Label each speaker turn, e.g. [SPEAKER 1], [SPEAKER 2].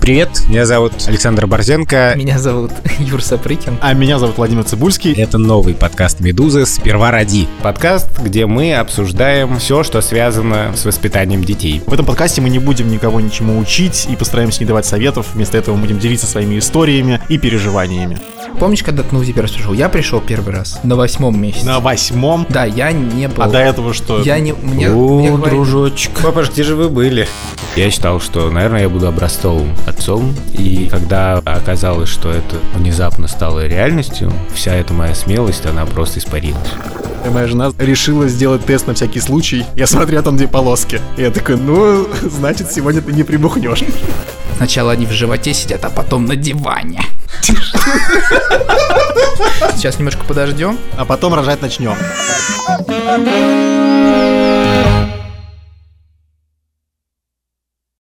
[SPEAKER 1] Привет,
[SPEAKER 2] Меня зовут Александр Борзенко.
[SPEAKER 3] Меня зовут Юр Сапрыкин.
[SPEAKER 4] А меня зовут Владимир Цибульский.
[SPEAKER 2] Это новый подкаст «Медузы. Сперва ради». Подкаст, где мы обсуждаем все, что связано с воспитанием детей.
[SPEAKER 4] В этом подкасте мы не будем никого ничему учить и постараемся не давать советов. Вместо этого мы будем делиться своими историями и переживаниями.
[SPEAKER 3] Помнишь, когда ты на УЗИ первый раз пришел? Я пришел первый раз на восьмом месяце.
[SPEAKER 4] На восьмом.
[SPEAKER 3] Да, я не был.
[SPEAKER 4] А до этого что?
[SPEAKER 3] Я не... Мне, мне
[SPEAKER 1] О,
[SPEAKER 3] говорили-
[SPEAKER 1] дружочек.
[SPEAKER 2] Папа, где же вы были? Я считал, что, наверное, я буду образцовым отцом. И когда оказалось, что это внезапно стало реальностью, вся эта моя смелость, она просто испарилась.
[SPEAKER 4] Моя жена решила сделать тест на всякий случай. Я смотрю, а там две полоски. И я такой, ну, значит, сегодня ты не прибухнешь.
[SPEAKER 3] Сначала они в животе сидят, а потом на диване. Сейчас немножко подождем.
[SPEAKER 4] А потом рожать начнем.